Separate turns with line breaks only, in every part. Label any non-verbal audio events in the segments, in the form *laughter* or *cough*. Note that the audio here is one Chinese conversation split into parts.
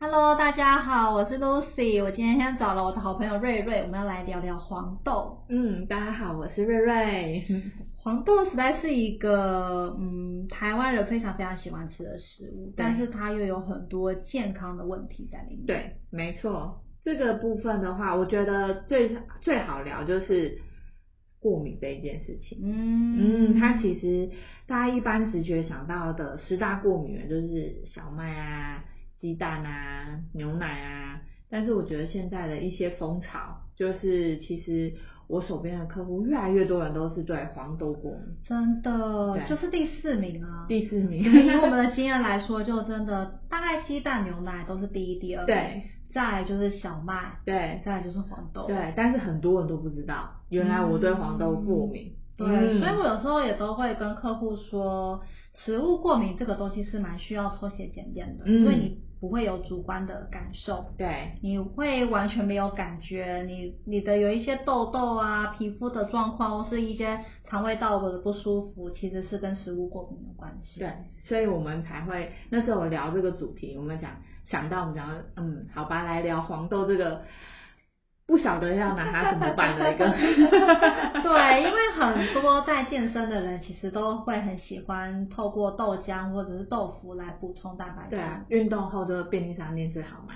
Hello，大家好，我是 Lucy。我今天找了我的好朋友瑞瑞，我们要来聊聊黄豆。
嗯，大家好，我是瑞瑞。 *laughs*
黄豆实在是一个嗯，台湾人非常非常喜欢吃的食物，但是它又有很多健康的问题在里面。，
对，没错，这个部分的话，我觉得最最好聊就是过敏这一件事情。
嗯
嗯，它其实大家一般直觉想到的十大过敏源就是小麦啊、鸡蛋啊、牛奶啊，但是我觉得现在的一些风潮，就是其实我手边的客户越来越多人都是对黄豆过敏，
真的
对
就是第四名
*laughs*
啊。
第四名，
以我们的经验来说，就真的大概鸡蛋、牛奶都是第一、第二，，
*laughs* 对
再来就是小麦，
对
再来就是黄豆，
对，但是很多人都不知道，原来我对黄豆过敏。
对，
嗯
所以我有时候也都会跟客户说，食物过敏这个东西是蛮需要抽血检验的，
嗯
因为你不会有主观的感受，
对
你会完全没有感觉，你你的有一些痘痘啊、皮肤的状况或是一些肠胃道的不舒服，其实是跟食物过敏有关系。。
对，所以我们才会那时候我聊这个主题，我们想想到我们讲，嗯，好吧，来聊黄豆这个不晓得要拿它怎么办的一个 *laughs*
对，因为很多在健身的人其实都会很喜欢透过豆浆或者是豆腐来补充蛋白质。
对啊，运动后就便利商店最好买。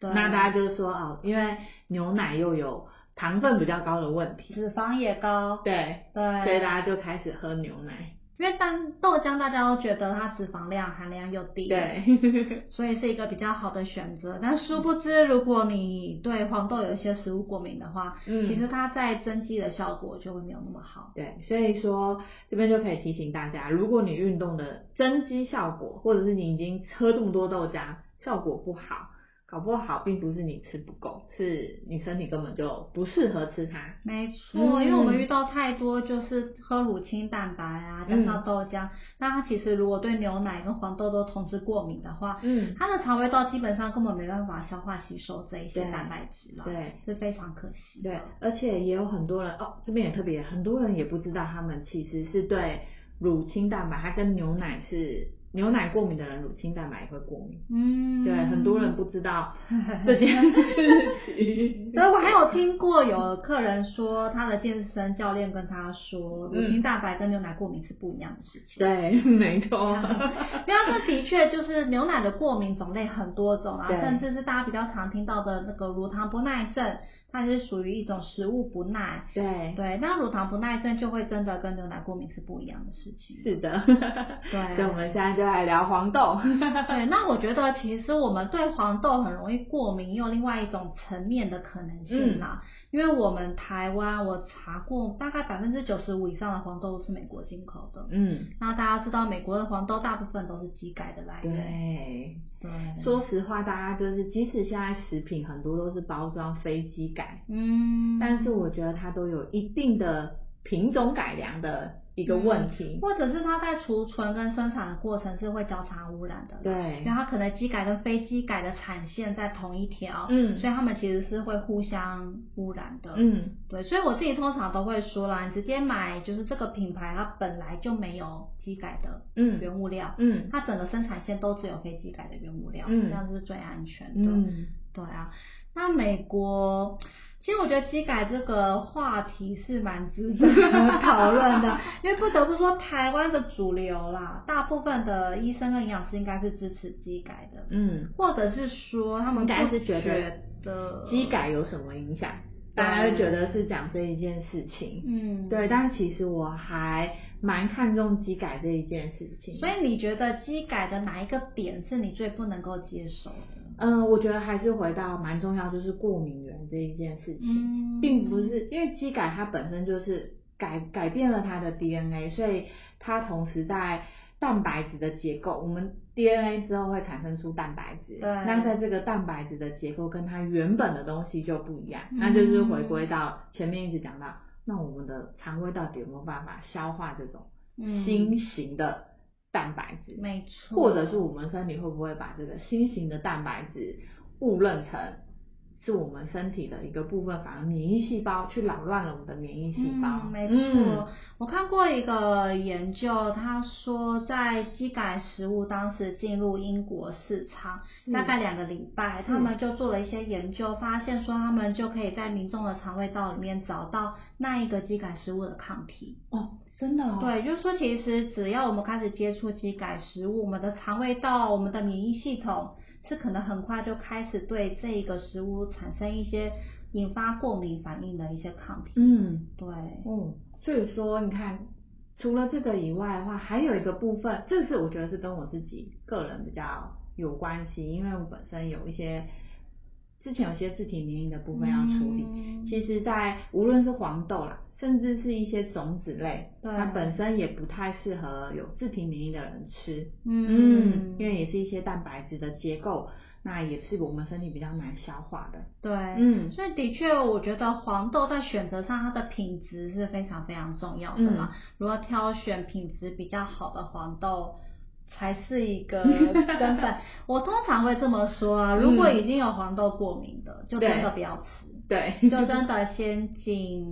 对，
那大家就是说哦，因为牛奶又有糖分比较高的问题，
脂肪也高，
对，
对，
所以大家就开始喝牛奶。
因为蛋豆浆大家都觉得它脂肪量含量又低，，
对，嗯
所以是一个比较好的选择。但殊不知，如果你对黄豆有一些食物过敏的话，
*laughs* 嗯
其实它在增肌的效果就会没有那么好。
对，所以说这边就可以提醒大家，如果你运动的增肌效果，或者是你已经喝这么多豆浆，效果不好，搞不好并不是你吃不够，是你身体根本就不适合吃它。
没错，
嗯
因为我们遇到太多就是喝乳清蛋白啊，加上
嗯
豆浆，那它其实如果对牛奶跟黄豆都同时过敏的话，
嗯，
它的肠胃道基本上根本没办法消化吸收这一些
对
蛋白质啦，
对
是非常可惜的。
对，而且也有很多人哦，这边也特别，很多人也不知道他们其实是对乳清蛋白，它跟牛奶是牛奶过敏的人，乳清蛋白也会过敏。
嗯，
对，很多人不知道这件事
*laughs*
情。
对，我还有听过有客人说，他的健身教练跟他说，乳
嗯
清蛋白跟牛奶过敏是不一样的事情。
对，没错。
因为这的确就是牛奶的过敏种类很多种啊，
对
甚至是大家比较常听到的那个乳糖不耐症，它是属于一种食物不耐。
对，
对，那乳糖不耐症就会真的跟牛奶过敏是不一样的事情。
是的，
对
*laughs* 所以我们现在就来聊黄豆。 *laughs*
*laughs* 对，那我觉得其实我们对黄豆很容易过敏，也有另外一种层面的可能性啦。
嗯
因为我们台湾，我查过，大概百分之九十五以上的黄豆是美国进口的。
嗯，
那大家知道，美国的黄豆大部分都是机改的来源。
对。
对，
说实话，大家就是，即使现在食品很多都是包装飞机改，
嗯，
但是我觉得它都有一定的品种改良的一个问题。
或者是它在储存跟生产的过程是会交叉污染的啦。
对
因为，它可能机改跟非机改的产线在同一条，
嗯
所以它们其实是会互相污染的。
嗯，
对，所以我自己通常都会说啦，你直接买就是这个品牌，它本来就没有机改的
嗯，
原物料，
嗯，
它整个生产线都只有非机改的原物料，
嗯
这样是最安全的。
嗯，
对啊，那美国，其实我觉得机改这个话题是蛮值得
*laughs*
讨论的，因为不得不说，台湾的主流啦，大部分的医生跟营养师应该是支持机改的，
嗯，
或者是说他们
应该
不
是觉得
得
机改有什么影响？大家就觉得是讲这一件事情。
嗯，
对，但其实我还蛮看重机改这一件事情。
所以你觉得机改的哪一个点是你最不能够接受的？
嗯，我觉得还是回到蛮重要，就是过敏源这一件事情，
嗯
并不是因为机改它本身就是改改变了它的 DNA，所以它同时在蛋白质的结构，我们 DNA 之后会产生出蛋白质，
对
那在这个蛋白质的结构跟它原本的东西就不一样，那就是回归到前面一直讲到，那我们的肠胃到底有没有办法消化这种新型的蛋白质？
嗯没错，
或者是我们身体会不会把这个新型的蛋白质误认成是我们身体的一个部分，反而免疫细胞去扰乱了我们的免疫细胞。
嗯，没错。
嗯
我看过一个研究，他说在基改食物当时进入英国市场
是
大概两个礼拜，
是
他们就做了一些研究，发现说他们就可以在民众的肠胃道里面找到那一个基改食物的抗体。
哦，真的、哦，
对，就是说，其实只要我们开始接触基改食物，我们的肠胃道、我们的免疫系统是可能很快就开始对这一个食物产生一些引发过敏反应的一些抗体。
嗯，
对，
嗯，所以说你看，除了这个以外的话，还有一个部分，这是我觉得是跟我自己个人比较有关系，因为我本身有一些之前有一些自体免疫的部分要处理。
嗯
其实在，无论是黄豆啦，甚至是一些种子类，
对
它本身也不太适合有自体免疫的人吃。
嗯，
因为也是一些蛋白质的结构，那也是我们身体比较难消化的。
对，
嗯
所以的确，我觉得黄豆在选择上，它的品质是非常非常重要的嘛。
嗯
如何挑选品质比较好的黄豆，才是一
*laughs*
个根本。我通常会这么说啊，如果
嗯
已经有黄豆过敏的，就
对
真的不要吃，
*laughs* 对，
就真的先进。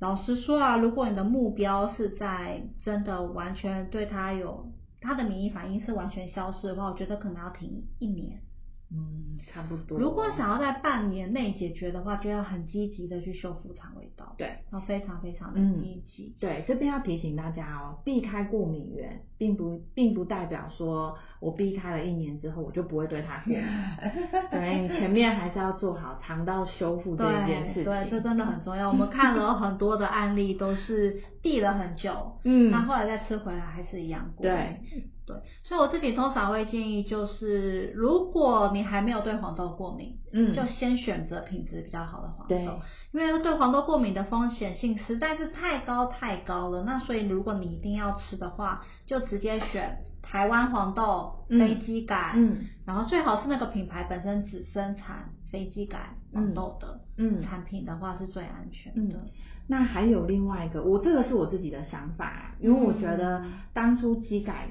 老实说啊，如果你的目标是在真的完全对它有它的免疫反应是完全消失的话，我觉得可能要停一年。
嗯，差不多。
如果想要在半年内解决的话，就要很积极的去修复肠胃道，
对。嗯
要非常非常的积极。
对，这边要提醒大家哦，避开过敏源，并不并不代表说我避开了一年之后，我就不会
*laughs*
对它过敏。对，你前面还是要做好肠道修复这一件
对
事情。
对，这真的很重要。我们看了很多的案例，都是避了很久，那
嗯，
后来再吃回来还是一样过敏。
对，
对，所以我自己通常会建议，就是如果你还没有对黄豆过敏，
嗯，
就先选择品质比较好的黄
对
豆，因为对黄豆过敏的风险性实在是太高太高了。那所以如果你一定要吃的话，就直接选台湾黄豆、
嗯
非基改，
嗯
然后最好是那个品牌本身只生产非基改黄豆的
嗯。
产品的话是最安全的。
嗯那还有另外一个，我这个是我自己的想法啊，因为我觉得
嗯
当初基改，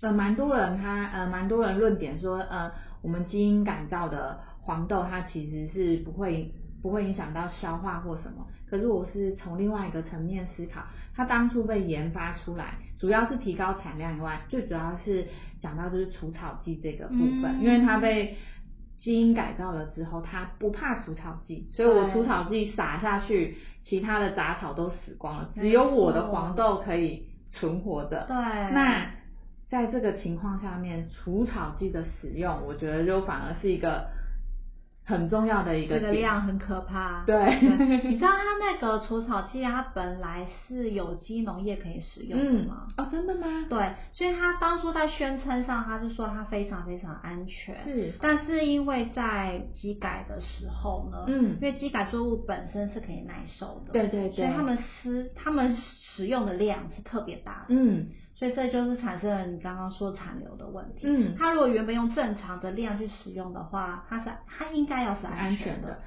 呃，蛮多人他呃，蛮多人论点说，呃，我们基因改造的黄豆它其实是不会不会影响到消化或什么。可是我是从另外一个层面思考，它当初被研发出来，主要是提高产量以外，最主要是讲到就是除草剂这个部分，
嗯
因为它被。基因改造了之后，它不怕除草剂，所以我
对
除草剂撒下去，其他的杂草都死光了，
没
只有我的
错
黄豆可以存活着。
对，
那在这个情况下面，除草剂的使用，我觉得就反而是一个很重要的一个
这个
点。
量很可怕。
对，
你知道它那个除草剂，它本来是有机农业可以使用的
嗯
吗？，
哦，真的吗？
对，所以它当初在宣称上，它是说它非常非常安全。
是，
但是因为在机改的时候呢，
嗯
因为机改作物本身是可以耐受的，
对对对，
所以他们施他们使用的量是特别大的，
嗯
所以这就是产生了你刚刚说残留的问题。
嗯，
它如果原本用正常的量去使用的话，它是它应该要是
安全
全
的，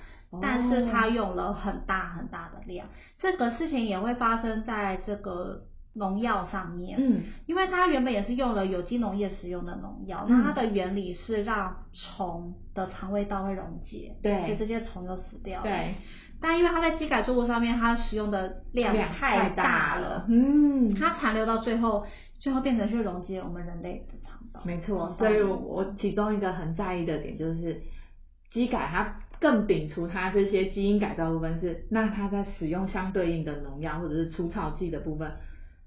但是它
哦
用了很大很大的量，这个事情也会发生在这个农药上面，
嗯
因为它原本也是用了有机农业使用的农药，
嗯
那它的原理是让虫的肠胃道会溶解，所以
对
这些虫就死掉了。
对，
但因为它在机改作物上面，它使用的量
量
太
大
了，
嗯，
它残留到最后，最后变成去溶解我们人类的肠道。
没错，
肠道
所以
里
我
面
我其中一个很在意的点就是，机改它更摒除它这些基因改造部分是，那它在使用相对应的农药或者是除草剂的部分，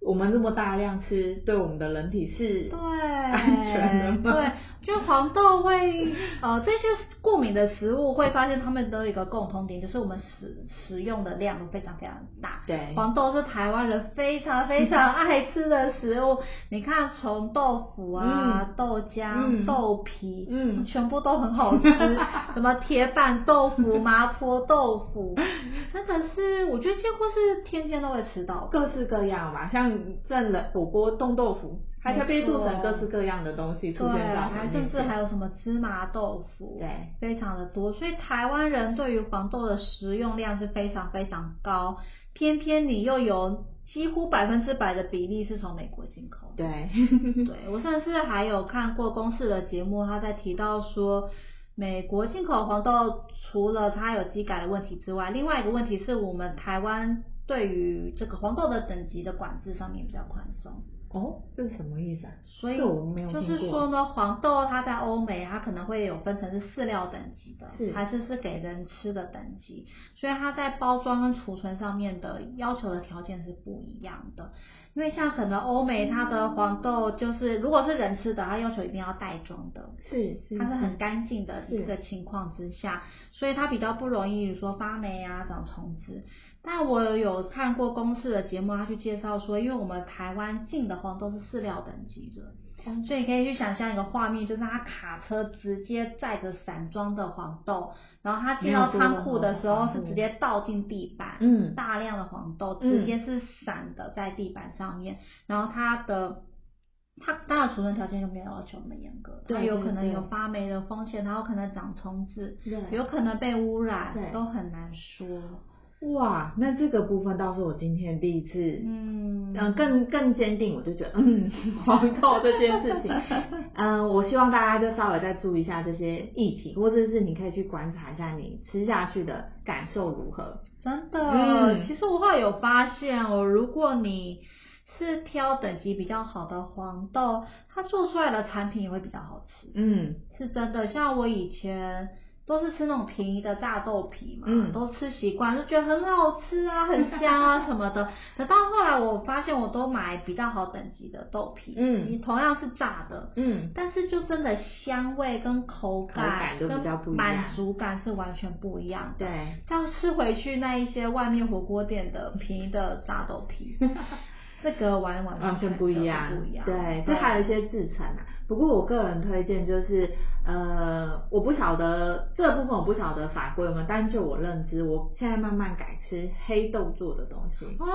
我们这么大量吃，对我们的人体是
对，
安全的吗
对，就黄豆会，
*laughs*
呃，这些过敏的食物会发现它们都有一个共同点，就是我们使使用的量都非常非常大。
对
黄豆是台湾人非常非常爱吃的食物，你看从豆腐啊、豆浆、
嗯
豆皮，
嗯
全部都很
*laughs*
好吃，什么铁板豆腐、麻婆豆
*laughs*
腐，真的是我觉得几乎是天天都会吃到的。
各式各样吧，像正冷火锅、冻豆腐，它就被做成各式各样的东西出
对，
现在我
还
们
甚
面
至还
前。
有什么芝麻豆腐，
对，
非常的多，所以台湾人对于黄豆的食用量是非常非常高，偏偏你又有几乎百分之百的比例是从美国进口。 *laughs*
对，
对，我甚至还有看过公视的节目，他在提到说，美国进口黄豆除了它有机改的问题之外，另外一个问题是我们台湾对于这个黄豆的等级的管制上面比较宽松。
哦，这是什么意思啊？
所以
这我没有
就
听
是
过
说呢，黄豆它在欧美，它可能会有分成是饲料等级的，
是
还是是给人吃的等级，所以它在包装跟储存上面的要求的条件是不一样的。因为像可能欧美它的
嗯
黄豆就是，如果是人吃的，它要求一定要袋装的，
是是，
它是很干净的
是
一个情况之下，所以它比较不容易说发霉啊、长虫子。但我有看过公司的节目，它去介绍说，因为我们台湾进的黄豆是饲料等级的，
嗯
所以你可以去想象一个画面，就是它卡车直接载着散装的黄豆，然后它进到仓库的时候
没有多的黄豆
是直接倒进地板，
嗯
大量的黄豆
嗯
直接是散的在地板上面，然后它的。它当然储存条件就没有要求那么严格，它
对
有
对
可能
对
有发霉的风险，它有可能长虫子，
对
有可能被污染，
对
都很难说。
哇，那这个部分倒是我今天第一次，嗯、
嗯，
更更坚定，我就觉得，嗯， *laughs* 黄豆这件事 *laughs* 情，嗯，我希望大家就稍微再注意一下这些议题，或者是你可以去观察一下你吃下去的感受如何。
真的，
嗯
其实我后来有发现哦，如果你是挑等级比较好的黄豆，它做出来的产品也会比较好吃，
嗯，
是真的。像我以前都是吃那种便宜的大豆皮嘛，
嗯
都吃习惯，就觉得很好吃啊，很香啊什么的。可到后来我发现，我都买比较好等级的豆皮，
嗯
你同样是炸的，
嗯，
但是就真的香味跟口感
口感就比较不
跟
一样
满足感是完全不一样的。
对，
要吃回去那一些外面火锅店的便宜的炸豆 *laughs* 皮，这个完完
完全
全
不一样
嗯不一，样。
对，这还有一些制成啊。不过我个人推荐就是，呃，我不晓得这部分我不晓得法规有没有，但就我认知，我现在慢慢改吃黑豆做的东西，
哦，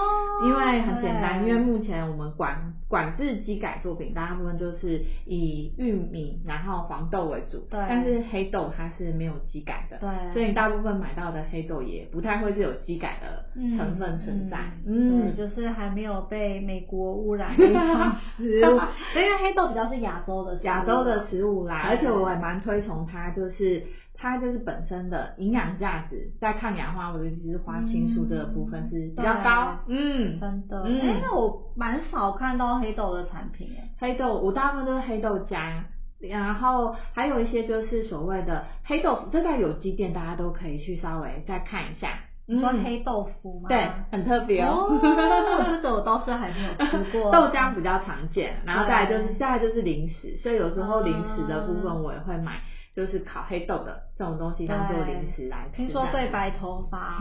因为很简单，因
对
为目前我们管管制机改作品大部分就是以玉米然后黄豆为主，
对
但是黑豆它是没有机改的，
对
所以大部分买到的黑豆也不太会是有机改的成分存在，
嗯，对就是还没有被美国污染 *laughs* 的一种食物，对因为黑豆比较是亚洲的食物
亚洲的食物啦，
对
而且我也蛮推崇它，就是它就是本身的营养价值，在抗氧化，尤其是花青素这个部分是比较高。嗯，
真的，
嗯
哎、那我蛮少看到黑豆的产品哎，
黑豆我大部分都是黑豆浆，然后还有一些就是所谓的黑豆腐，这在有机店大家都可以去稍微再看一下。
你说
嗯
黑豆腐吗？
对，很特别
哦
哦。，
这个我倒是还没有吃 *laughs* 过嗯
豆浆比较常见，然后再来就是
对
再来就是零食，所以有时候零食的部
嗯
分我也会买，就是烤黑豆的这种东西当做
对
零食来吃。
听说对白头发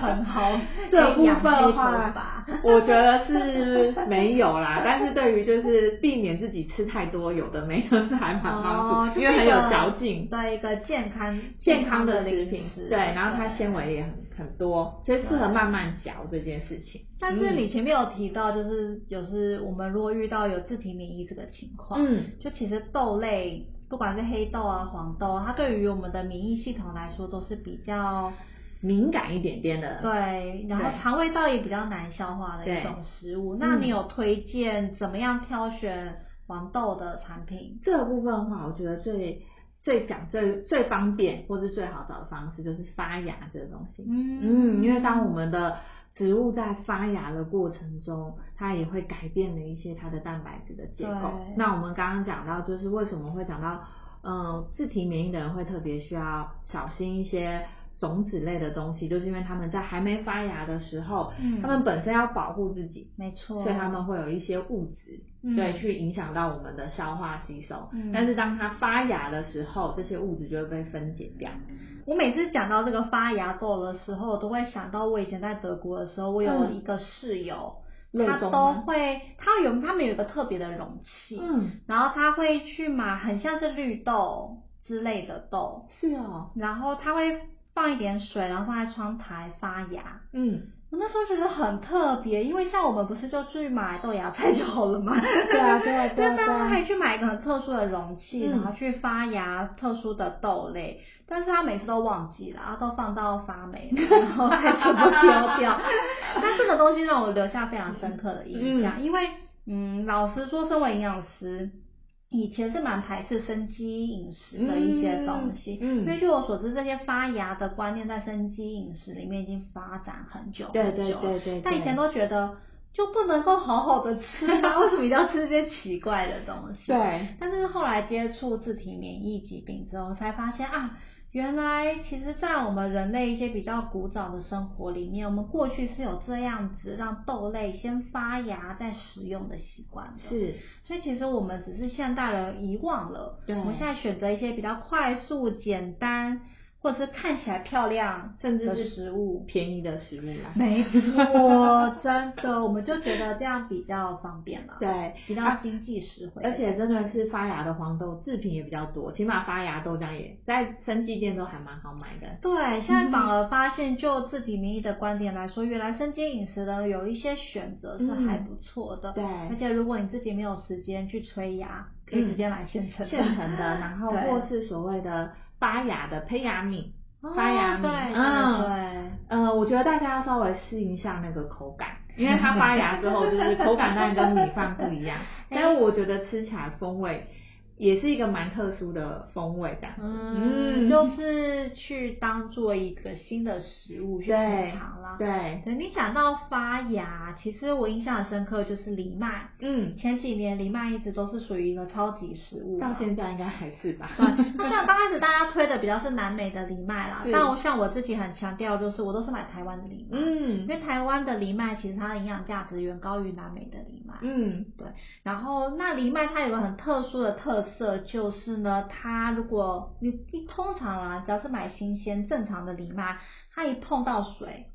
很好，
*laughs* 这部分
养
的
黑头
话
发，
我觉得是没有啦，但是对于就是避免自己吃太多有的没的是还蛮帮
哦就是
助，因为很有嚼
一
劲
个，对一个健康
健康的食
零
品，
食，
对，然后它纤。维也很很多，所以适合慢慢嚼这件事情。
但是
嗯
你前面有提到，就是有时我们如果遇到有自体免疫这个情况，
嗯，
就其实豆类，不管是黑豆啊、黄豆啊，它对于我们的免疫系统来说都是比较
敏感一点点的，
嗯对，然后
对
肠胃道也比较难消化的一
对嗯
种食物。那你有推荐怎么样挑选黄豆的产品？
这个部分的话，我觉得最最讲最最方便或是最好找的方式就是发芽这个东西。
嗯
嗯，因为当我们的植物在发芽的过程中，它也会改变了一些它的蛋白质的结构
对。
那我们刚刚讲到，就是为什么会讲到，嗯，自体免疫的人会特别需要小心一些种子类的东西，就是因为他们在还没发芽的时候，
嗯
他们本身要保护自己，
没错，
所以他们会有一些物质，
嗯
对，去影响到我们的消化吸收。
嗯
但是当它发芽的时候，这些物质就会被分解掉。
我每次讲到这个发芽豆的时候，我都会想到我以前在德国的时候，我有
嗯
一个室友，
肉
他
粽
都
嗯吗
会，他有他们有一个特别的容器，
嗯，
然后他会去买很像是绿豆之类的豆，
是哦，
然后他会放一点水，然后放在窗台发芽。
嗯，
我那时候觉得很特别，因为像我们不是就去买豆芽菜就好了嘛，
对啊，对啊，对
但
*laughs*
是
啊，对
他
啊
还去买一个很特殊的容器，
嗯
然后去发芽特殊的豆类，但是他每次都忘记了，他都放到发
*laughs*
霉了，然后再全部丢掉。但这个东西嗯让我留下非常深刻的印象，因为嗯，老实说，身为营养师。以前是蛮排斥生机饮食的一些东西，
嗯嗯
因为据我所知，这些发芽的观念在生机饮食里面已经发展很久很久
对
了。
对对对，
但以前
都
都觉得就不能够好好的吃吗？为什么一定要吃这些奇怪的东西？。
对，
但是后来接触自体免疫疾病之后，才发现啊，原来其实，在我们人类一些比较古早的生活里面，我们过去是有这样子让豆类先发芽再食用的习惯的。。
是，
所以其实我们只是现代人遗忘了，
对
我们现在选择一些比较快速、简单，或者是看起来漂亮，
甚至
的
是
食物。
便宜的食物啦。
没错，真的，我们就觉得这样比较方便了，，
对，
比较经济实惠，
而且真的是发芽的黄豆制品也比较多，起码发芽豆浆也在生技店都还蛮好买的。
对，现在反而发现，就自体名义的观点来说，原来生煎饮食呢有一些选择是还不错的，
嗯对
而且如果你自己没有时间去吹芽，可以直接买现成的
嗯现成
*laughs*
的，然后
对
或是所谓的发芽的胚芽米，
哦
发芽米
对
嗯
对对
呃，我觉得大家要稍微适应一下那个口感，因为它发芽之 *laughs* 后就是口感当然跟米饭不 *laughs* 一样，但是我觉得吃起来风味也是一个蛮特殊的风味感。
嗯，就是去当做一个新的食物去
对
品尝啦。
对，
对你讲到发芽，其实我印象很深刻就是藜麦，
嗯，
前几年藜麦一直都是属于一个超级食物嘛，
到
*laughs*
现在应该还是吧。
对，那像刚开始大家推的比较是南美的藜麦啦
是，
但我像我自己很强调，就是我都是买台湾的藜麦，因
嗯
为台湾的藜麦其实它的营养价值远高于南美的藜麦。
嗯，
然后那藜麦它有个很特殊的特色，就是呢，它如果你你通常啊，只要是买新鲜正常的藜麦，它一碰到水，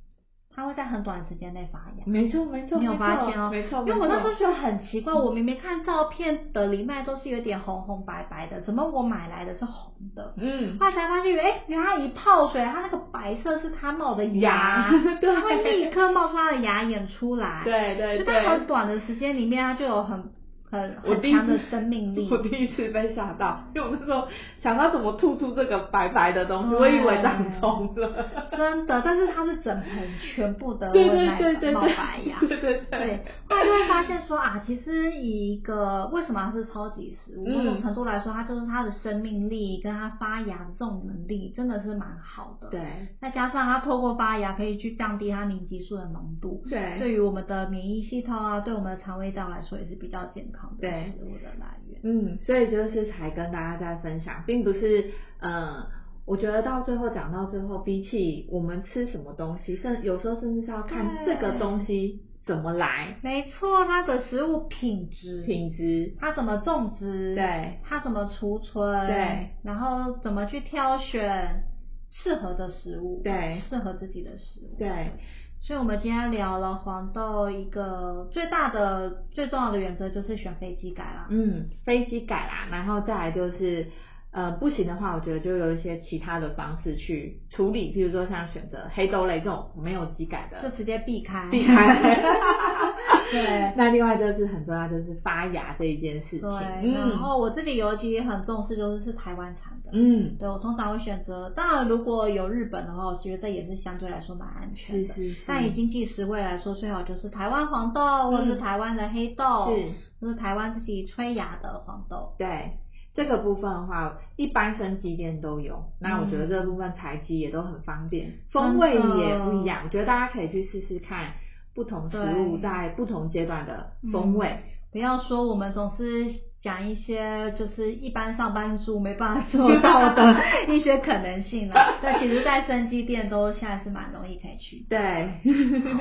它会在很短时间内发芽。
*laughs* 没错没错，
你有
没错
发现哦
没错，
因为我
没
那
错
时候觉得很奇怪，我明明看照片的藜麦都是有点红红白白的，怎么我买来的是红的？
嗯，
后来才发现，哎，原来一泡水，它那个白色是它冒的
芽
芽，
*laughs* 对
它会立刻冒出它的芽眼出来。，
*laughs* 对对
就在很
对，
短的时间里面，它就有很很
我
很
第一次
强的生
*laughs*
命力。
我第一次被吓到，因为我那时候想到怎么吐出这个白白的东西，
对
我以为长虫了。
真的，但是它是整盆全部的
对
会
对
卖
对对对，
冒白芽。
对对
对，后来就会发现说啊，其实以一个为什么它是超级食物，
嗯
某种程度来说，它就是它的生命力跟它发芽的这种能力真的是蛮好的。，
对
再加上它透过发芽可以去降低它凝集素的浓度，
对
对于我们的免疫系统啊，对我们的肠胃道来说也是比较健康的
对
食物的来源。
嗯，所以就是才跟大家在分享，并不是呃，我觉得到最后讲到最后，比起我们吃什么东西，甚有时候甚至是要看这
对
个东西怎么来，
没错，它的食物品质，
品质，
它怎么种植，
对
它怎么储存，
对，
然后怎么去挑选适合的食物，
对
适合自己的食物，
对。
所以，我们今天聊了黄豆一个最大的、最重要的原则就是选非基改啦。
嗯，飞机改啦，然后再来就是，呃，不行的话，我觉得就有一些其他的方式去处理，比如说像选择黑豆类这种没有机改
就
的，
直接避
*laughs*
开，。
避开
*laughs* 对。
那另外就是很重要，就是发芽这一件事情。
对，
嗯、
然后我自己尤其很重视，就是是台湾产的。
嗯，
对我通常会选择，当然如果有日本的话，我觉得也是相对来说蛮安全
是
的。
是是，
但以经济实惠来说，最好就是台湾黄豆，或者是
嗯
台湾的黑豆，
是
或是台湾自己吹芽的黄豆。
对。这个部分的话，一般生机店都有。那我觉得这部分采集也都很方
嗯
便，风味也不一样。我觉得大家可以去试试看不同食物
对嗯
在不同阶段的风味。
不要说我们总是讲一些就是一般上班族没办法做到的一些可能性啦。但其实，在生机店都现在是蛮容易可以
*laughs*
去。
对，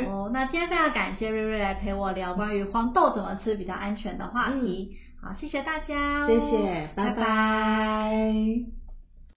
好哦，那今天非常感谢瑞瑞来陪我聊关于黄豆怎么吃比较安全的话题。好，谢谢大家、哦，
谢谢，拜拜